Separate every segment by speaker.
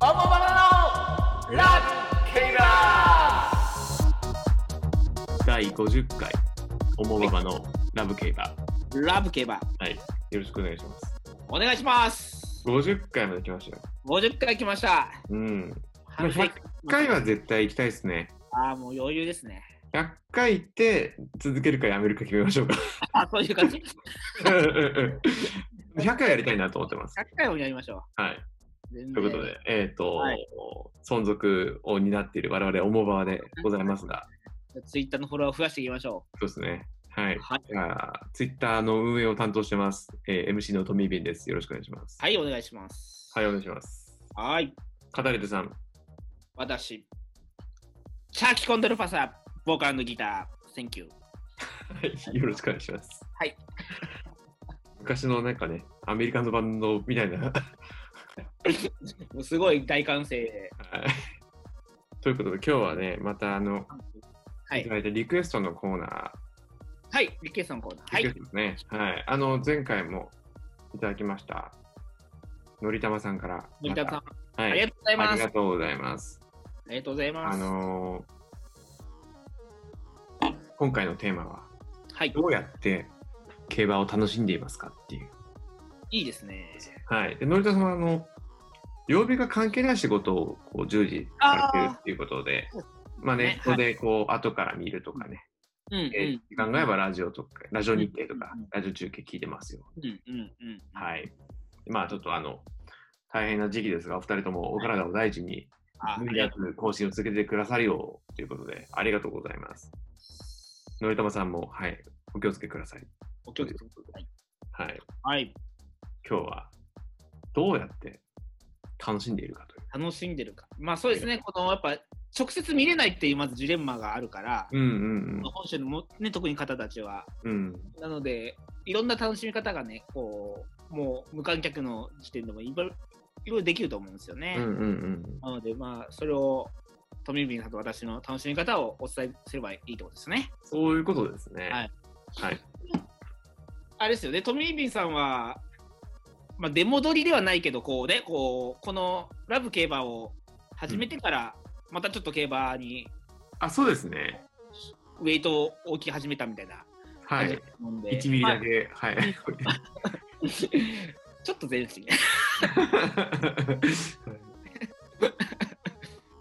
Speaker 1: オモバナのラッキーバ
Speaker 2: 第50回、おもばばのラブ競馬。は
Speaker 3: ラブ競馬、
Speaker 2: い。よろしくお願いします。
Speaker 3: お願いします。
Speaker 2: 50回まで来ましたよ。
Speaker 3: 50回来ました。
Speaker 2: うん。
Speaker 3: 半世紀
Speaker 2: 100回は絶対行きたいですね。
Speaker 3: ああ、もう余裕ですね。
Speaker 2: 100回行って、続けるかやめるか決めましょ うか。
Speaker 3: あそういう感じ。100
Speaker 2: 100回やりたいなと思ってます。
Speaker 3: 回もやりましょ
Speaker 2: はい。
Speaker 3: う。全然
Speaker 2: ということで、えっ、と、
Speaker 3: はい
Speaker 2: 存続を担っている我々、おもばばでございますが、
Speaker 3: ツイッターのフォロワーを増やしていきましょ
Speaker 2: そうですね。はい。
Speaker 3: う。はい、
Speaker 2: じゃあ、ツイッターの運営を担当してます。えー MC のトミービンです。よろしくお願いします。
Speaker 3: はい、お願いします。
Speaker 2: はい、お願いします。
Speaker 3: はい。
Speaker 2: カタレルさん、
Speaker 3: 私、チャーキコンドルパサー、ボーカルのギター、Thank you。
Speaker 2: はい よろしくお願いします。
Speaker 3: はい。
Speaker 2: 昔のなんかね、アメリカのバンドみたいな。はい
Speaker 3: もうすごい大歓声で。
Speaker 2: ということで、今日はね、またあの、、
Speaker 3: はい
Speaker 2: た
Speaker 3: い。
Speaker 2: だいたリクエストのコーナ
Speaker 3: はい、リケさんコーナー。
Speaker 2: ー、
Speaker 3: は
Speaker 2: リ
Speaker 3: い
Speaker 2: クエ。ストですね。はい、あの、前回もいただきました。のりたまさんから。
Speaker 3: 森田さん、
Speaker 2: ん、はい、
Speaker 3: ありがとうござい
Speaker 2: あ
Speaker 3: ま
Speaker 2: り
Speaker 3: す。
Speaker 2: がとうございます。
Speaker 3: ありがとうございま
Speaker 2: あ
Speaker 3: す。
Speaker 2: のー今回のテーマは、
Speaker 3: はい、
Speaker 2: どうやって競馬を楽しんでいますかっていう。
Speaker 3: いいですね。
Speaker 2: はい。で、のりたさんは、あの、曜日が関係ない仕事をこう従事されてるっていうことで
Speaker 3: あー、
Speaker 2: まあね
Speaker 3: ね、
Speaker 2: そこでこう、後から見るとかね、
Speaker 3: うんうん。
Speaker 2: え時間があればラジオとか、ラジオ日経とか
Speaker 3: うんうんうん、
Speaker 2: ラジオ中継聞いてますよ。
Speaker 3: うんうんうん。い。
Speaker 2: はい。まあ、ちょっとあの、大変な時期ですが、お二人ともお体を大事に、
Speaker 3: あ
Speaker 2: 無理なく更新を続けてくださるようということで、ありがとうございます。のりたまさんも、はい、お気をつけください。
Speaker 3: お気をつけください。
Speaker 2: はい。
Speaker 3: はい。
Speaker 2: 今日は、どうやって楽しんでいるかという。
Speaker 3: 楽しんでるか。まあそうですね、このやっぱ直接見れないっていうまずジレンマがあるから、
Speaker 2: うんうん
Speaker 3: 本州のも、ね、特に方たちは。
Speaker 2: うん。うん
Speaker 3: なので、いろんな楽しみ方がね、こう、もう無観客の時点でもいろいろいろいろできると思うんですよね。
Speaker 2: うんうん
Speaker 3: なので、まあそれを、トミービンさんと私の楽しみ方をお伝えすればいいってことですね。
Speaker 2: そういうことですね。
Speaker 3: はい。
Speaker 2: はい。
Speaker 3: あれですよね、トミービンさんは、まあ、出戻りではないけど、こうね、こう、このラブ競馬を始めてから、またちょっと競馬に
Speaker 2: あ、そうですね。
Speaker 3: ウェイトを置き始めたみたいな
Speaker 2: は
Speaker 3: 感じ
Speaker 2: い
Speaker 3: だ。と思うんで、
Speaker 2: 1ミリだけ。はい。
Speaker 3: まあ ちょっと前進。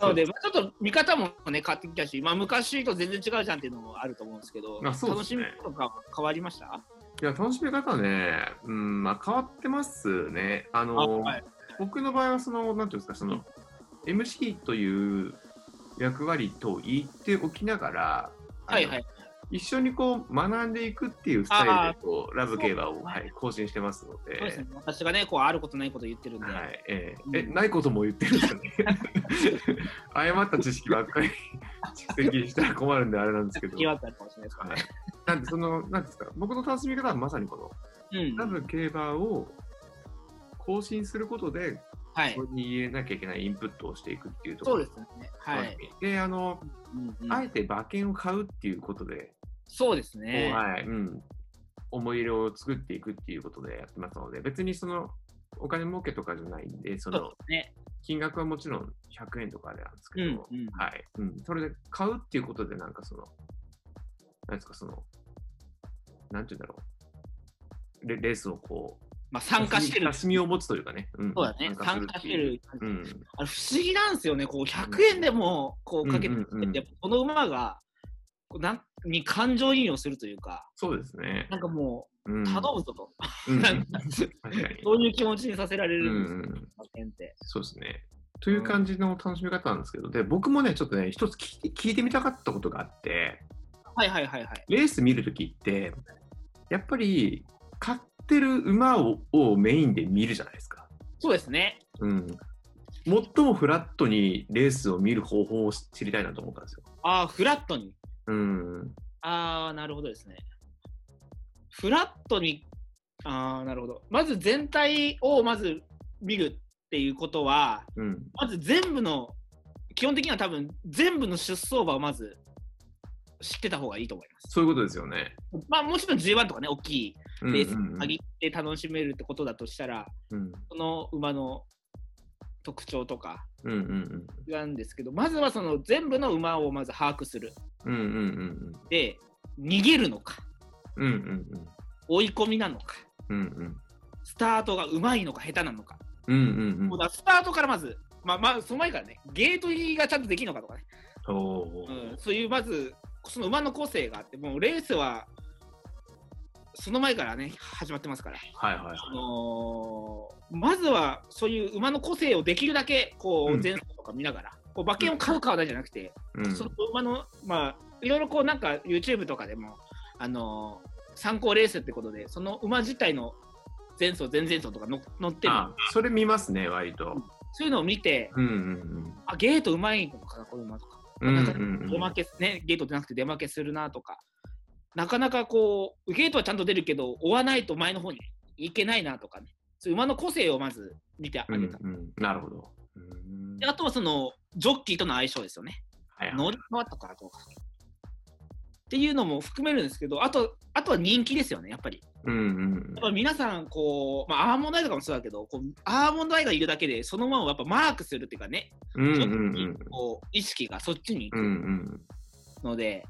Speaker 3: なので、まあ、ちょっと見方もね、変わってきたし、まあ、昔と全然違うじゃんっていうのもあると思うんですけど、
Speaker 2: まあそうで
Speaker 3: 楽
Speaker 2: す
Speaker 3: し
Speaker 2: ね
Speaker 3: みとかは変わりました
Speaker 2: いや、楽しみ方ね、うん、まあ変わってますね。あ
Speaker 3: あ
Speaker 2: の、
Speaker 3: はい
Speaker 2: 僕の場合は、その、なんていうんですか、その、MC という役割と言っておきながら、あの
Speaker 3: はいはい。
Speaker 2: 一緒にこう学んでいくっていうスタイル
Speaker 3: あ
Speaker 2: でこうラブ競馬
Speaker 3: そ
Speaker 2: を、
Speaker 3: うです
Speaker 2: は
Speaker 3: ね
Speaker 2: い、更新してますので
Speaker 3: そうですね、私がね、こう、あることないこと言ってるんで、
Speaker 2: はいえーえ
Speaker 3: うん
Speaker 2: ないことも言ってるんですよね 誤った知識ばっかり 蓄積したら困るんであれなんですけど、
Speaker 3: 気分かるかもしれないですから
Speaker 2: はい
Speaker 3: ね。、
Speaker 2: なんでそのなんですか僕の楽しみ方はまさにこの
Speaker 3: うん。
Speaker 2: ラブ競馬を更新することで
Speaker 3: はい
Speaker 2: こ。こに入れなきゃいけないインプットをしていくっていうとこ
Speaker 3: そう
Speaker 2: ろ
Speaker 3: ですね。はい。
Speaker 2: であの、
Speaker 3: うんうん
Speaker 2: あえて馬券を買うっていうことで
Speaker 3: そうです
Speaker 2: こう
Speaker 3: ね。
Speaker 2: はいうん、思い入れを作っていくっていうことでやってますので別にそのお金儲けとかじゃないんでそ
Speaker 3: そう
Speaker 2: の
Speaker 3: ですね。
Speaker 2: 金額はもちろん100円とかあれなんです
Speaker 3: う
Speaker 2: け
Speaker 3: ん
Speaker 2: ど、
Speaker 3: うん。
Speaker 2: はいうん、それで買うっていうことでなんかそのなんですかそのなんて言うんだろうレレースをこう
Speaker 3: まあ、参加してる。
Speaker 2: 親しみを持つというかね、うん
Speaker 3: そうだね。参加
Speaker 2: っ
Speaker 3: してて
Speaker 2: いう
Speaker 3: る。
Speaker 2: うん、
Speaker 3: あれ不思議なんですよね。こう、100円でも、こう、かけて
Speaker 2: うんうんうん
Speaker 3: やっぱこの馬が、こうなんに感情移入をするというか、
Speaker 2: そうですね
Speaker 3: なんかも
Speaker 2: 頼
Speaker 3: う、頼むぞと。
Speaker 2: うん、うん
Speaker 3: なんか
Speaker 2: 確かに
Speaker 3: そういう気持ちにさせられるんです
Speaker 2: うんう
Speaker 3: よ
Speaker 2: ん、
Speaker 3: 100円って。
Speaker 2: そうですね。という感じの楽しみ方なんですけど、で僕もね、ちょっとね、一つ聞いて聞いてみたかったことがあって、
Speaker 3: はいはいはいはい。
Speaker 2: レース見るときって、やっぱり、買ってる馬ををメインで見るじゃないですか。
Speaker 3: そうですね。
Speaker 2: うん。最もフラットにレースを見る方法を知りたいなと思ったんですよ。
Speaker 3: ああ、フラットに。
Speaker 2: うん。
Speaker 3: ああ、なるほどですね。フラットに、ああ、なるほど。まず全体をまず見るっていうことは、
Speaker 2: うん。
Speaker 3: まず全部の、基本的には多分全部の出走馬をまず知ってた方がいいと思います。
Speaker 2: そういうことですよね。
Speaker 3: まあもちろん G1 とかね、大きい
Speaker 2: うん
Speaker 3: レース
Speaker 2: うん
Speaker 3: に限って楽しめるってことだとしたら、
Speaker 2: うん
Speaker 3: その馬の特徴とか
Speaker 2: うんうん
Speaker 3: なんですけど、まずはその全部の馬をまず把握する。
Speaker 2: うん。うんうん
Speaker 3: で、逃げるのか、
Speaker 2: うんうん。うんうん
Speaker 3: 追い込みなのか、
Speaker 2: うん。うんうん。
Speaker 3: スタートがうまいのか、下手なのか。
Speaker 2: うんうん
Speaker 3: もうだからスタートからまず、まあまあ、その前からね、ゲート入りがちゃんとできるのかとかね、
Speaker 2: うん。おお
Speaker 3: う
Speaker 2: ー。
Speaker 3: ん、そういうまず、その馬の個性があって、もうレースは、その前からね、始まってますから。
Speaker 2: はいはいはい。
Speaker 3: あのーまずはそういう馬の個性をできるだけこ
Speaker 2: う
Speaker 3: うん前走とか見ながら、こう馬券を買う買わないじゃなくて、
Speaker 2: うん
Speaker 3: その馬のまあいろいろこうなんか YouTube とかでもあのー参考レースってことでその馬自体の前走前々走とかの乗ってる
Speaker 2: あ、それ見ますね、割と。
Speaker 3: そういうのを見て
Speaker 2: うんうん
Speaker 3: あゲートうまいのかなこの馬とか
Speaker 2: うん。うんうんう
Speaker 3: 出
Speaker 2: ん
Speaker 3: 負け、ね、ゲートじゃなくて出負けするなとかなかなかこうゲートはちゃんと出るけど追わないと前の方に行けないなとかねそういう馬の個性をまず見てあ
Speaker 2: う
Speaker 3: げ
Speaker 2: ん
Speaker 3: た。
Speaker 2: うん。なるほど。うん
Speaker 3: であとはそのジョッキーとの相性ですよね。
Speaker 2: はいはい
Speaker 3: 乗り回ったからどうか。っていうのも含めるんですけど、あとあとは人気ですよね、やっぱり。
Speaker 2: うんうん
Speaker 3: やっぱ皆さん、こう、まあ、アーモンドアイとかもそうだけど、こうアーモンドアイがいるだけで、そのままやっぱマークするっていうかね、
Speaker 2: うん。うん
Speaker 3: ジ
Speaker 2: う
Speaker 3: ョッ
Speaker 2: ん
Speaker 3: キ
Speaker 2: う
Speaker 3: ー
Speaker 2: ん
Speaker 3: の。こう意識がそっちに行
Speaker 2: うんう
Speaker 3: く
Speaker 2: ん。
Speaker 3: ので、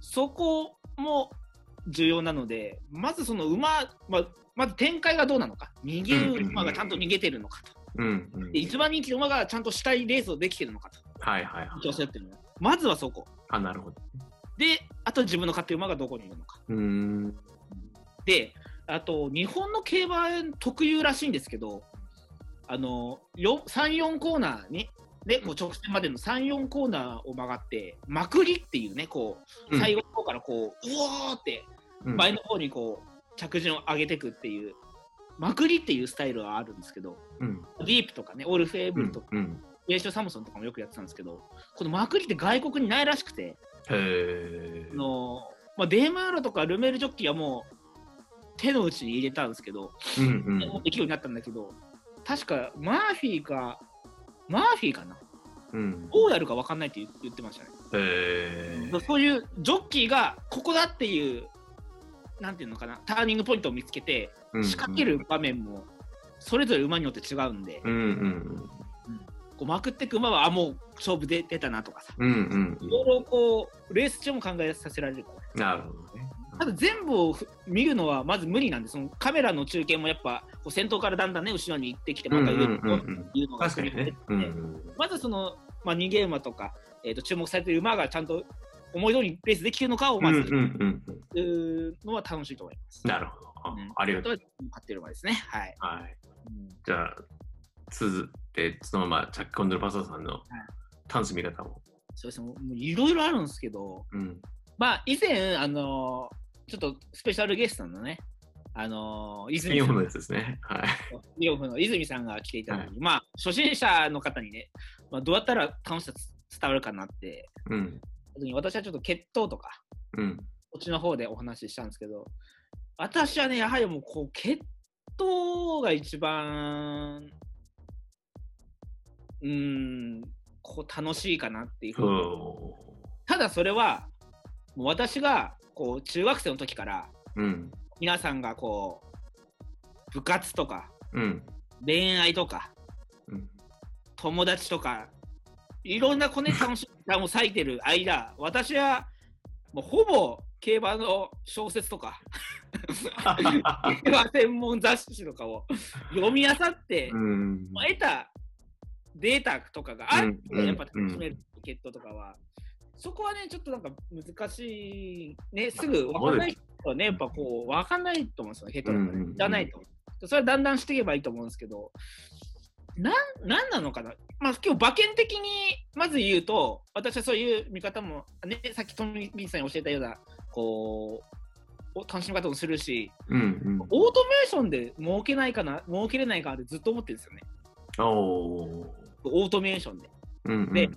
Speaker 3: そこも重要なので、まずその馬、まあ、まず展開がどうなのか、逃げる馬がちゃんと逃げてるのかと、
Speaker 2: うんうん
Speaker 3: で。一番人気の馬がちゃんとしたいレースをできてるのかと、
Speaker 2: はいはいは
Speaker 3: 調整
Speaker 2: い。
Speaker 3: ってるのはまずはそこ。
Speaker 2: あ、なるほど。
Speaker 3: で、あと自分の勝手馬がどこにいるのか。
Speaker 2: うん。
Speaker 3: で、あと日本の競馬特有らしいんですけど、あのよ3、4コーナーに、ね、こう直線までの3、4コーナーを曲がって、まくりっていうね、こう最後の方からこう、うおーって
Speaker 2: うん
Speaker 3: 前の方にこう着順を上げていくっていう、まくりっていうスタイルはあるんですけど、
Speaker 2: うん。
Speaker 3: ディープとかね、オールフェーブルとか、
Speaker 2: うん。
Speaker 3: レーション・サムソンとかもよくやってたんですけど、このまくりって外国にないらしくて。
Speaker 2: へえ
Speaker 3: あ。のまあ、デーマーロとかルメールジョッキーはもう手の内に入れたんですけど、
Speaker 2: うん
Speaker 3: もうできるようになったんだけど、確かマーフィーか、マーフィーかな、
Speaker 2: うん。うん。
Speaker 3: どうやるか分かんないって言言ってましたね。
Speaker 2: へえ。
Speaker 3: そういうジョッキーがここだっていう、なんていうのかな、ターニングポイントを見つけて、
Speaker 2: うん
Speaker 3: 仕掛け。る場面もそれぞれ馬によって違うんで、
Speaker 2: うんうん
Speaker 3: こうまくってく馬は、あ、もう勝負で出たなとかさ、
Speaker 2: うん。うん
Speaker 3: いろいろこう、レース中も考えさせられるから。
Speaker 2: うん。なるほどね。
Speaker 3: ただ全部を見るのはまず無理なんで、そのカメラの中継もやっぱこう先頭からだんだんね、後ろに行ってきて、また上に行こうっていうのが
Speaker 2: 確かにね。うんうん。
Speaker 3: まずその、まあ、逃げ馬とか、えー、と注目されている馬がちゃんと思い通りにレースできてるのかを
Speaker 2: うんう
Speaker 3: ま
Speaker 2: ん
Speaker 3: ず、
Speaker 2: うんうん。
Speaker 3: うーのは楽しいと思います。
Speaker 2: なるほど。あ
Speaker 3: うん
Speaker 2: ありが
Speaker 3: あと
Speaker 2: と
Speaker 3: は
Speaker 2: う。
Speaker 3: 勝ってる馬ですね。はい。
Speaker 2: はい。じゃあ、続って、そのまま着込んでるパソさんの楽しみ方を。
Speaker 3: そうですね。もういろいろあるんですけど、
Speaker 2: うん。
Speaker 3: まあ以前、あのーちょっとスペシャルゲストのね、あのー
Speaker 2: 専
Speaker 3: 泉
Speaker 2: 用
Speaker 3: さん
Speaker 2: のやつですね。はい。
Speaker 3: リオフの泉さんが来ていただき、まあ初心者の方にね、まあ、どうやったら楽しさ伝わるかなって、
Speaker 2: うん。
Speaker 3: 特に私はちょっと血糖とか、
Speaker 2: うん。
Speaker 3: こっちの方でお話ししたんですけど、私はね、やはりもうこう血糖が一番、うーん、こう楽しいかなっていうふうに
Speaker 2: お
Speaker 3: ただそれは、もう私がこう中学生の時から、
Speaker 2: ーうん。
Speaker 3: 皆さんがこう、部活とか、
Speaker 2: うん。
Speaker 3: 恋愛とか、
Speaker 2: うん。
Speaker 3: 友達とか、いろんなコネクション 時間を割いてる間、私はもうほぼ競馬の小説とか、 競馬専門雑誌とかを読み漁って、
Speaker 2: うん。
Speaker 3: 得たデータとかがある
Speaker 2: うん
Speaker 3: やっぱ楽しめる、チケットとかは。そこはね、ちょっとなんか難しい、ね、すぐ分かんない人はね、やっぱこう、分かんないと思うんですよね、ヘッドとか
Speaker 2: うんうんう
Speaker 3: ね
Speaker 2: ん。
Speaker 3: じゃないと思う。それはだんだんしていけばいいと思うんですけど、なん、なんなのかなまあ、今日馬券的に、まず言うと、私はそういう見方も、ね、さっきトミーさんに教えたような、こう、お楽しみ方もするし、
Speaker 2: うんうん。
Speaker 3: オートメーションで儲けないかな、儲けれないかなってずっと思ってるんですよね。
Speaker 2: おー
Speaker 3: オートメーションで。
Speaker 2: うんうん。
Speaker 3: で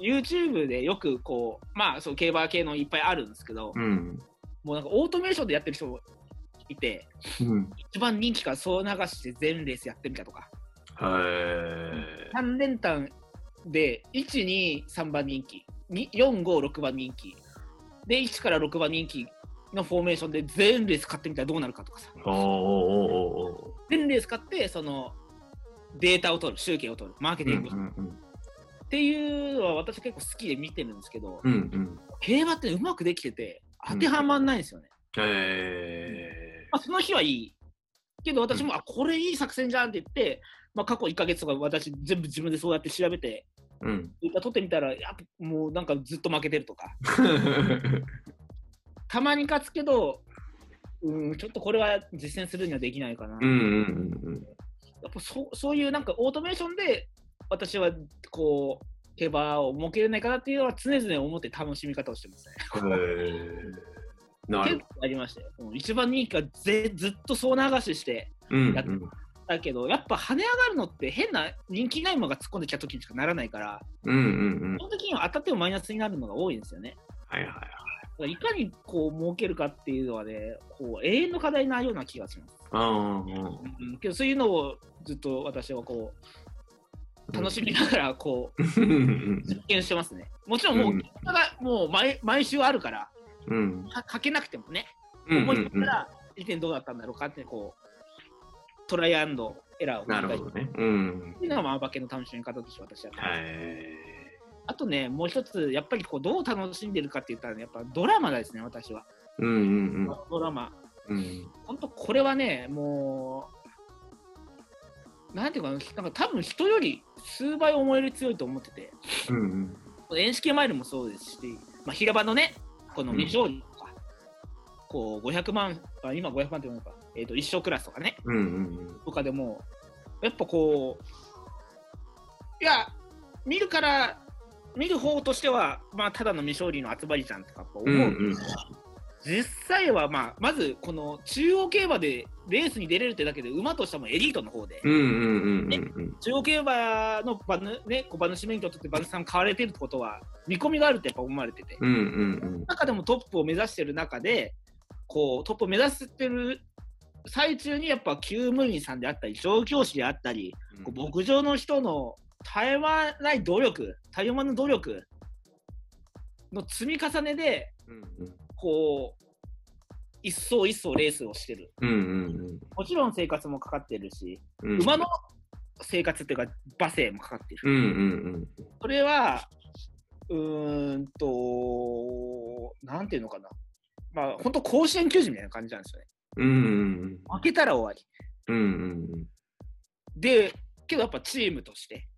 Speaker 3: YouTube でよくこう、まあ、そう競馬系のいっぱいあるんですけど、
Speaker 2: うん。
Speaker 3: もうなんかオートメーションでやってる人もいて、
Speaker 2: うん。
Speaker 3: 一番人気からそう流して全レースやってみたとか、
Speaker 2: へ
Speaker 3: 3連単で1、2、3番人気、に4、5、6番人気、で、1から6番人気のフォーメーションで全レース買ってみたらどうなるかとかさ、
Speaker 2: ー。おーおーおーおー
Speaker 3: 全レース買って、その、データを取る、集計を取る、マーケティングを取る
Speaker 2: うん
Speaker 3: っていうのは私は結構好きで見てるんですけど、
Speaker 2: うんうん
Speaker 3: 競馬ってうまくできてて、当てはまんないんですよね。
Speaker 2: え
Speaker 3: まあ、その日はいい。けど私も、あ、これいい作戦じゃんって言って、まあ、過去1ヶ月とか私全部自分でそうやって調べて、
Speaker 2: ーうん
Speaker 3: データ取ってみたら、やっぱもうなんかずっと負けてるとか、たまに勝つけど、うん、ちょっとこれは実践するにはできないかな。
Speaker 2: うんうんうんうん
Speaker 3: やっぱそそういうなんかオートメーションで私はこう競馬を設けれないかなっていうのは常々思って楽しみ方をしてますね。
Speaker 2: えーなる
Speaker 3: 結構ありましたよ。うん一番人気がぜずっとそう流しして
Speaker 2: うん
Speaker 3: やっだけどやっぱ跳ね上がるのって変な人気ないものが突っ込んできた時にしかならないから
Speaker 2: うんうんうん
Speaker 3: その時には当たってもマイナスになるのが多いんですよね。
Speaker 2: はいはい
Speaker 3: だからいかにこう儲けるかっていうのはねこう永遠の課題なような気がします。
Speaker 2: はいうんうん
Speaker 3: うん、けどそういうのをずっと私はこう楽しみながらこう、
Speaker 2: うん
Speaker 3: 実験してますね。もちろんもう、
Speaker 2: うん
Speaker 3: 結果がもう毎毎週あるから、
Speaker 2: うん
Speaker 3: かかけなくてもね、
Speaker 2: うん
Speaker 3: 思いついたら、以前どうだったんだろうかって、こう、トライアンドエラーを
Speaker 2: なる
Speaker 3: 繰り返
Speaker 2: ほ
Speaker 3: す
Speaker 2: どねうん
Speaker 3: っていうのが、まあ、化けの楽しみ方として私は、
Speaker 2: はい
Speaker 3: あとね、もう一つ、やっぱりこう、どう楽しんでるかって言ったら、ね、やっぱドラマですね、私は。
Speaker 2: うんうん
Speaker 3: ドラマ。
Speaker 2: うんうん
Speaker 3: 本当これはね、もう、なんていうかな、なんか多分人より数倍思える強いと思ってて、
Speaker 2: うん
Speaker 3: NHK マイルもそうですし、まあ、平場のね、この未勝利とか、こう500万、あ今500万っていうのか、えー、と一生クラスとかね、
Speaker 2: うんうん
Speaker 3: とかでも、やっぱこう、いや、見るから、見る方としては、まあ、ただの未勝利の集まりじゃんとかやっぱ思う、
Speaker 2: うんうん
Speaker 3: 実際は、まあ、まずこの中央競馬でレースに出れるってだけで、馬としてはもうエリートの方で。
Speaker 2: うんうんうんうん
Speaker 3: 中央競馬の馬主,、ね、こう馬主免許取って馬主さん買われてるってことは見込みがあるってやっぱ思われてて、
Speaker 2: うんうん
Speaker 3: 中でもトップを目指してる中でこうトップを目指してる最中にやっぱ旧無理さんであったり調教師であったり、こう牧場の人の絶え間ない努力たゆまぬ努力の積み重ねでこう一層一層レースをしてる
Speaker 2: うんうん
Speaker 3: もちろん生活もかかってるし、
Speaker 2: うん
Speaker 3: 馬の生活っていうか馬生もかかってる、
Speaker 2: うんうん
Speaker 3: それは、うーんと、なんていうのかな。まあ、本当甲子園球児みたいな感じなんですよね。
Speaker 2: うんうん
Speaker 3: 負けたら終わり。
Speaker 2: うん
Speaker 3: で、けどやっぱチームとして、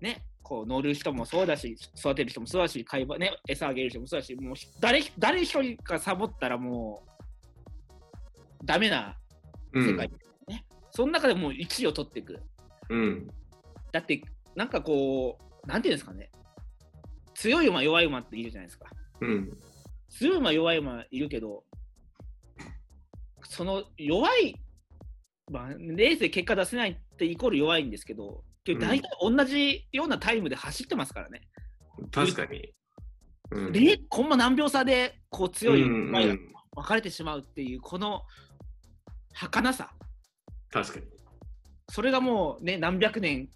Speaker 3: ね、こう乗る人もそうだし、育てる人もそうだし、会話ね、餌あげる人もそうだし、もう誰誰一人がサボったらもう、ダメな世界ですよね。その中でもう1位を取っていく。
Speaker 2: うん
Speaker 3: だって、なんかこう、なんていうんですかね、強い馬、弱い馬っているじゃないですか。
Speaker 2: うん
Speaker 3: 強い馬弱い馬いるけどその弱い、まあ、レースで結果出せないってイコール弱いんですけどけど
Speaker 2: うん
Speaker 3: 大体同じようなタイムで走ってますからね、
Speaker 2: 確かにうん
Speaker 3: レーコンマ何秒差でこう強い
Speaker 2: うん
Speaker 3: 馬
Speaker 2: う
Speaker 3: が
Speaker 2: ん
Speaker 3: 分かれてしまうっていうこの儚さ
Speaker 2: 確かに
Speaker 3: それがもうね何百年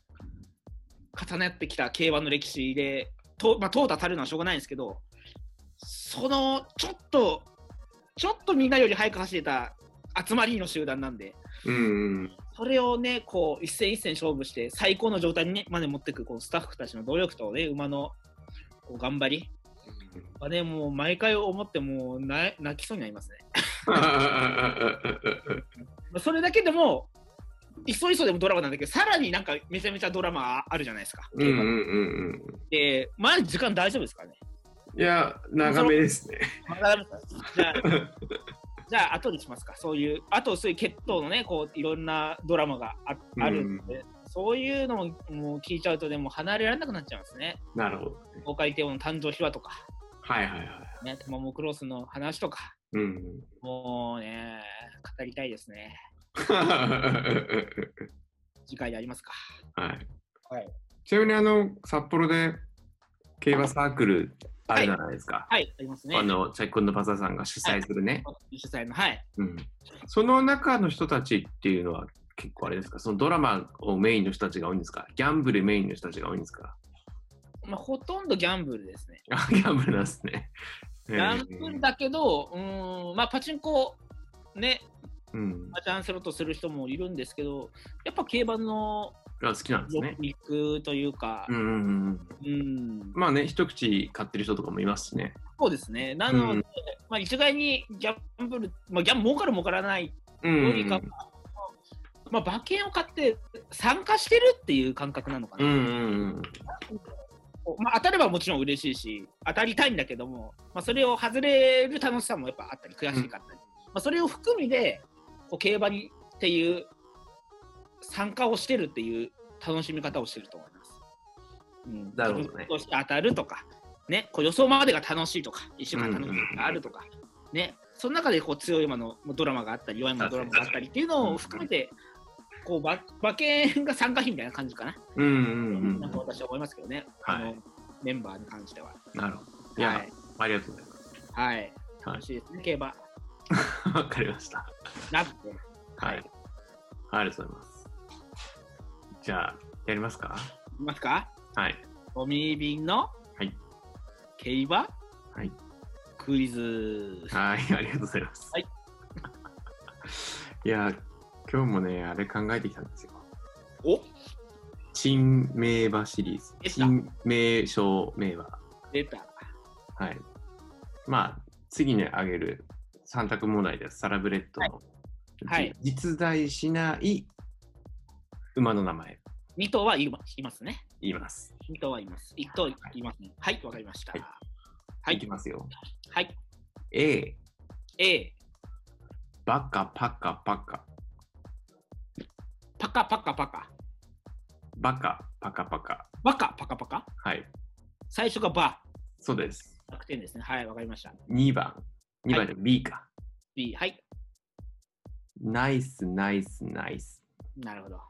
Speaker 3: 重なってきた競馬の歴史でと、まあ、淘汰されるのはしょうがないんですけどそのちょっとちょっとみんなより早く走れた集まりの集団なんで
Speaker 2: うん
Speaker 3: それをねこう一戦一戦勝負して最高の状態に、ね、まで持っていくこのスタッフたちの努力とね馬のこう頑張りはねもう毎回思ってもうな泣きそうになりますね。まあそれだけでもいそいそでもドラマなんだけどさらになんかめちゃめちゃドラマあるじゃないですか。
Speaker 2: うんうんうん
Speaker 3: で、まあ時間大丈夫ですかね。
Speaker 2: いや長めですね
Speaker 3: じゃあ、じゃあ後にしますか。そういう、あとそういう血統のね、こういろんなドラマがああるんで、そういうのももう聞いちゃうとでもう離れられなくなっちゃうんですね。
Speaker 2: なるほど
Speaker 3: 公開帝王の誕生秘話とか、
Speaker 2: はいはいはい
Speaker 3: ね、トマモクロスの話とか、
Speaker 2: うん
Speaker 3: もうね、語りたいですね。次回やりますか。
Speaker 2: はい。
Speaker 3: はい
Speaker 2: ちなみにあの札幌で競馬サークルあるじゃないですか。
Speaker 3: はい、ありますね
Speaker 2: あ。のチャイコンのパサさんが主催するね、
Speaker 3: 主催の、はい。
Speaker 2: うん。その中の人たちっていうのは結構あれですか。そのドラマをメインの人たちが多いんですか。ギャンブルメインの人たちが多いんですか。
Speaker 3: まあ、ほとんどギャンブルですね。
Speaker 2: あギャンブルなんですね。
Speaker 3: ギャンブルだけど、うーん、まあ、パチンコ、ね、
Speaker 2: うん。
Speaker 3: マージャンスロットする人もいるんですけど、やっぱ競馬の
Speaker 2: が好きなんですね。
Speaker 3: 肉というか
Speaker 2: う、んうんうん、
Speaker 3: うん、
Speaker 2: まあね、一口買ってる人とかもいますしね。
Speaker 3: そうですね。なので、
Speaker 2: うん
Speaker 3: まあ、一概にギャンブル、まあ、ギャン儲かる儲からない
Speaker 2: うんうん
Speaker 3: よりかは、まあ、馬券を買って参加してるっていう感覚なのか
Speaker 2: う
Speaker 3: な。
Speaker 2: んうん
Speaker 3: まあ、当たればもちろん嬉しいし、当たりたいんだけども、まあ、それを外れる楽しさもやっぱあったり、悔しかったり、まあ、それを含みで、こう競馬にっていう、参加をしてるっていう楽しみ方をしてると思います。うん、
Speaker 2: なるほどね
Speaker 3: 自分として当たるとか、ね、こう予想までが楽しいとか、一週間楽しいことがあるとか、ね、その中でこう強い馬のドラマがあったり、弱い馬のドラマがあったりっていうのを含めて、こう馬馬券が参加費みたいな感じかな。
Speaker 2: うんうんうんうんう
Speaker 3: なん
Speaker 2: ん
Speaker 3: か私は思いますけどね、
Speaker 2: はい
Speaker 3: あのメンバーに関しては。
Speaker 2: なるほど。いや、
Speaker 3: はい
Speaker 2: ありがとうございます。
Speaker 3: はい、
Speaker 2: はい
Speaker 3: 楽しいですね、競馬。
Speaker 2: わかりました。
Speaker 3: なって。
Speaker 2: は
Speaker 3: は
Speaker 2: い。
Speaker 3: い
Speaker 2: ありがとうございます。じゃあ、やりますか
Speaker 3: いますか
Speaker 2: はい。
Speaker 3: トミー便の、
Speaker 2: い
Speaker 3: 競馬、
Speaker 2: はい
Speaker 3: クイズ。
Speaker 2: はい、ありがとうございます。
Speaker 3: はい。
Speaker 2: いや、今日もね、あれ考えてきたんですよ。
Speaker 3: お
Speaker 2: 珍名馬シリーズ。
Speaker 3: 出た
Speaker 2: 珍名称名馬。
Speaker 3: 出た。
Speaker 2: はい。まあ、次に挙げる三択問題です。サラブレッドの、
Speaker 3: はい
Speaker 2: じ実在しない馬の名前
Speaker 3: 2頭はいまいますね。
Speaker 2: 言います。
Speaker 3: 2頭はいます。1頭いますね。はい、わかりました。
Speaker 2: は
Speaker 3: はいい。
Speaker 2: いきますよ。
Speaker 3: はい、
Speaker 2: A、
Speaker 3: A、
Speaker 2: バカパカパカ。
Speaker 3: パカパカパカ。
Speaker 2: バカパカパカ。
Speaker 3: バカパカパカ。
Speaker 2: はい。
Speaker 3: 最初がバ
Speaker 2: そうです。
Speaker 3: ー。100点ですね。はい、わかりました。
Speaker 2: 2番。2番で B か。
Speaker 3: B、はい。
Speaker 2: ナイスナイスナイス。
Speaker 3: なるほど。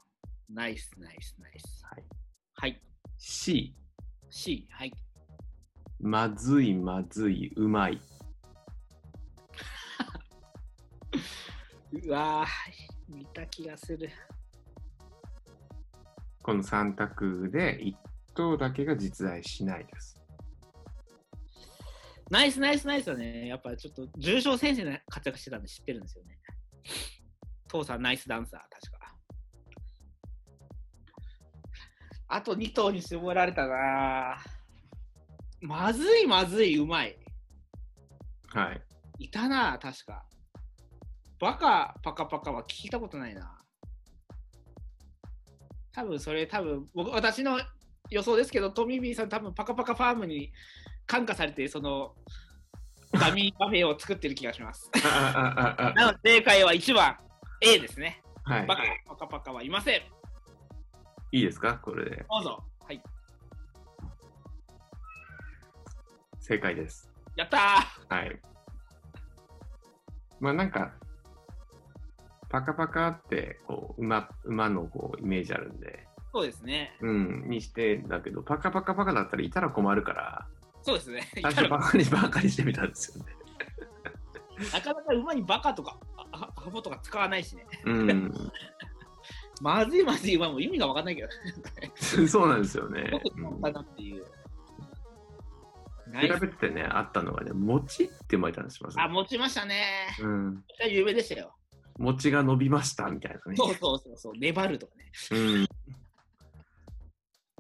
Speaker 3: ナイス、ナイス、ナイス。
Speaker 2: はい。
Speaker 3: はい。
Speaker 2: C、
Speaker 3: C、はい。
Speaker 2: まずいまずいうまい。
Speaker 3: うわー、見た気がする。
Speaker 2: この3択で1頭だけが実在しないです。
Speaker 3: ナイスナイスナイスはね、やっぱちょっと重症先生の活躍してたんで知ってるんですよね。父さんナイスダンサー、確か。あと2頭に絞られたなぁまずいまずい、うまい。
Speaker 2: はい。
Speaker 3: いたなぁ確か。バカパカパカは聞いたことないな多分それ、多分僕、私の予想ですけど、トミービーさん、多分パカパカファームに感化されて、その、ダミーパフェを作ってる気がします。
Speaker 2: ああああ あ
Speaker 3: なので、正解は1番、A ですね。
Speaker 2: はい
Speaker 3: バカパカパカはいません。
Speaker 2: いいですかこれで
Speaker 3: どうぞ。はい。
Speaker 2: 正解です。
Speaker 3: やったー
Speaker 2: はい。まあなんか、パカパカってこう馬馬のこうイメージあるんで、
Speaker 3: そうですね。
Speaker 2: うん、にしてだけど、パカパカパカだったらいたら困るから、
Speaker 3: そうです ね。
Speaker 2: 最初バカにばかりしてみたんですよね。
Speaker 3: なかなか馬にバカとか、ああアホとか使わないしね。
Speaker 2: うん、
Speaker 3: まずいまずい馬も意味がわかんないけど。
Speaker 2: そうなんですよね
Speaker 3: よ。く取ったなっていう。ナイ
Speaker 2: 調
Speaker 3: ス
Speaker 2: べてね、あったのがね、餅って巻いたんします、
Speaker 3: あ、持ちましたね。
Speaker 2: うん。
Speaker 3: これは有名でしたよ。
Speaker 2: 餅が伸びましたみたいなね。
Speaker 3: そうそうそうそう、粘るとかね。
Speaker 2: うん。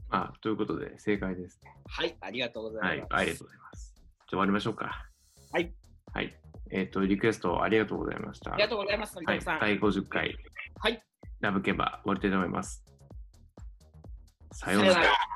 Speaker 2: まあ、ということで、正解ですね。
Speaker 3: はい、ありがとうござ
Speaker 2: はいい
Speaker 3: ま、す。
Speaker 2: ありがとうございます。じゃあ終わりましょうか。
Speaker 3: はい。
Speaker 2: はい。えっ、と、リクエストありがとうございました。
Speaker 3: ありがとうございます、
Speaker 2: は
Speaker 3: 森
Speaker 2: い、
Speaker 3: 田さん。
Speaker 2: 第50回、
Speaker 3: はい、
Speaker 2: ラブケバ、終わりたいと思います。さような
Speaker 3: さ
Speaker 2: ら
Speaker 3: ような。ら